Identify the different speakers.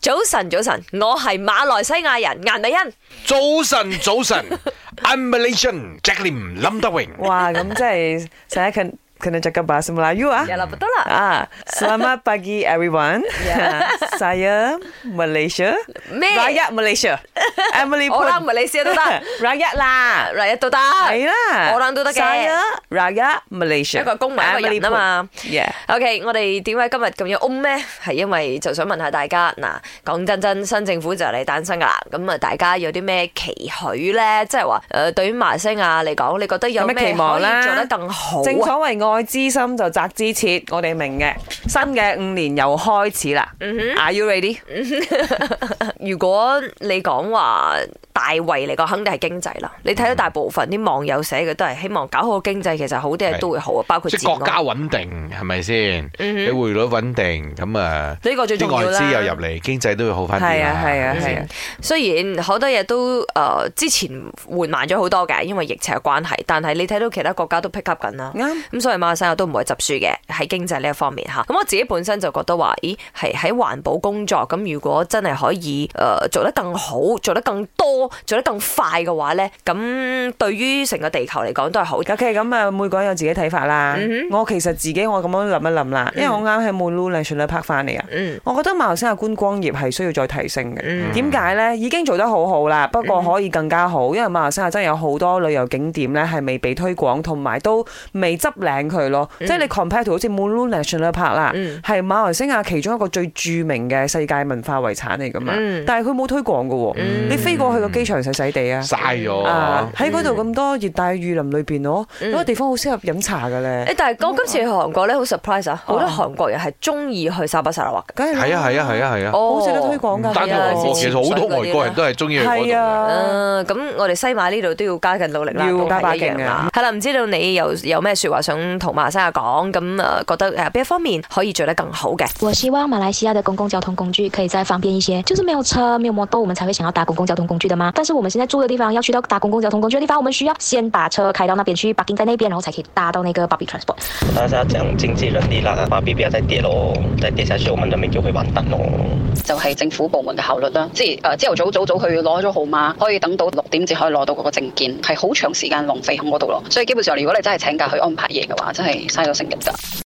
Speaker 1: 早晨，早晨，我係馬來西亞人顏美欣。
Speaker 2: 早晨，早 晨，I'm Malaysian Jack Lim 林德榮。
Speaker 3: Wah, kamu saya saya akan kena cakap bahasa Melayu ah.
Speaker 1: Yalah, betul lah.
Speaker 3: Ah, selamat pagi everyone.
Speaker 1: Ya.
Speaker 3: saya Malaysia.
Speaker 1: Mei.
Speaker 3: Rakyat Malaysia. Emily pun.
Speaker 1: Orang Malaysia tu tak?
Speaker 3: rakyat lah.
Speaker 1: Rakyat tu
Speaker 3: Saya
Speaker 1: tak?
Speaker 3: lah.
Speaker 1: Orang tu得嘅。
Speaker 3: Saya rakyat
Speaker 1: 一
Speaker 3: Malaysia.
Speaker 1: 個公民一個
Speaker 3: Emily
Speaker 1: 人啊嘛
Speaker 3: Poon。Yeah.
Speaker 1: OK，我哋點解今日咁樣 on 咩？係因為就想問下大家嗱，講真真新政府就嚟誕生噶啦，咁啊大家有啲咩期許咧？即係話誒，對於馬來西亞嚟講，你覺得有
Speaker 3: 有
Speaker 1: 咩
Speaker 3: 咩期望
Speaker 1: 可
Speaker 3: 啦
Speaker 1: 以做得更好啊
Speaker 3: 正所謂愛之深就責之切，我哋明嘅。新嘅五年又開始啦。Are
Speaker 1: Mm-hmm.
Speaker 3: you ready？
Speaker 1: 如果你講話大圍嚟講，肯定係經濟啦。你睇到大部分啲網友寫嘅都係希望搞好經濟，其實好啲嘢都會好啊，包括
Speaker 2: 即
Speaker 1: 治安
Speaker 2: 係國家穩定係咪先？你匯率穩定咁啊，
Speaker 1: 呢個最重
Speaker 2: 啲
Speaker 1: 要
Speaker 2: 外
Speaker 1: 啦
Speaker 2: 資又入嚟，經濟都會好翻啲
Speaker 3: 係
Speaker 2: 啦
Speaker 3: 啊，係
Speaker 2: 係
Speaker 3: 啊
Speaker 2: 咪，
Speaker 3: 係
Speaker 2: 先
Speaker 3: 啊。
Speaker 1: 雖然好多嘢都誒、呃之前緩慢咗好多嘅，因為疫情嘅關係，但係你睇到其他國家都 pick up 緊啦。
Speaker 3: 啱。
Speaker 1: 咁所以馬來西亞都唔會執輸嘅喺經濟呢一方面嚇。咁我自己本身就覺得話，咦係喺環保工作咁，如果真係可以誒、呃做得更好、做得更多、做得更快嘅話呢，咁對於成個地球嚟講都係好。
Speaker 3: OK，咁啊，每個人有自己睇法啦。
Speaker 1: Mm-hmm.
Speaker 3: 我其實自己我咁樣諗一諗啦，因為我啱喺 Mulu National Park 翻嚟啊。
Speaker 1: 嗯
Speaker 3: 我覺得馬來西亞觀光業係需要再提升嘅。
Speaker 1: 嗯
Speaker 3: 點解呢？已經做得好好啦，不過可以更加好，因為馬來西亞真係有好多旅遊景點呢係未被推廣，同埋都未執領佢咯。即係你 compare to 好似 Mulu National Park 啦，
Speaker 1: 嗯
Speaker 3: 係馬來西亞其中一個最著名嘅世界文化遺產嚟㗎嘛。
Speaker 1: 嗯
Speaker 3: 但係佢冇推廣㗎喎，
Speaker 1: 嗯
Speaker 3: 你飛過去個機場細細地啊。
Speaker 2: 嘥咗
Speaker 3: 啊！
Speaker 2: 啊。
Speaker 3: 喺嗰度咁多熱帶雨林裏邊咯，嗰
Speaker 1: 嗯
Speaker 3: 個地方好適合飲茶嘅咧
Speaker 1: 誒，，但係我今次去韓國呢，好 surprise 啊！好多
Speaker 3: 哦
Speaker 1: 韓國人係中意去沙巴沙拉哇嘅，
Speaker 3: 梗係啦
Speaker 2: 係啊，係啊，係啊，係啊。
Speaker 1: 哦
Speaker 3: 好值得推廣㗎。
Speaker 2: 單
Speaker 1: 係啊
Speaker 2: 係韓國，
Speaker 1: 以前
Speaker 2: 其實好多
Speaker 1: 潛水嗰啲
Speaker 2: 外國人都係中意去嗰
Speaker 3: 係
Speaker 2: 度
Speaker 3: 啊，
Speaker 1: 啊咁我哋西馬呢度都要加緊努力啦，
Speaker 3: 要
Speaker 1: 都係
Speaker 3: 加把
Speaker 1: 一樣
Speaker 3: 勁啊
Speaker 1: 啦。係啦，唔知道你有有咩説話想同馬來西亞講？咁誒覺得誒呃邊一方面可以做得更好嘅？
Speaker 4: 我希望马来西亚的公共交通工具可以再方便一些，就是没有车、没有摩托，我们才会想要搭公共交通工具的嘛。但是我们现在住的地方要去到搭公共交通工具的地方，我们需要先把车开到那边去 parking 在那边，然后才可以搭到那个 public transport。
Speaker 5: 大家讲经济能力啦，把币不要再跌咯，再跌下去我们人民就会完蛋咯。
Speaker 6: 就係政府部門嘅效率啦，即係誒呃朝頭早早早去攞咗號碼，可以等到六點至可以攞到嗰個證件，係好長時間浪費喺嗰度咯。所以基本上，如果你真係請假去安排嘢嘅話，真係嘥咗成日㗎。